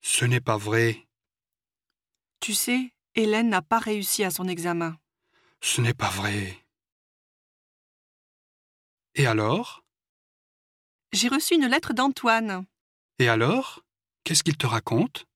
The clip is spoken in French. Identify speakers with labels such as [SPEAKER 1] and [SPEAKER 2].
[SPEAKER 1] Ce n'est pas vrai.
[SPEAKER 2] Tu sais, Hélène n'a pas réussi à son examen.
[SPEAKER 1] Ce n'est pas vrai. Et alors
[SPEAKER 2] J'ai reçu une lettre d'Antoine.
[SPEAKER 1] Et alors Qu'est-ce qu'il te raconte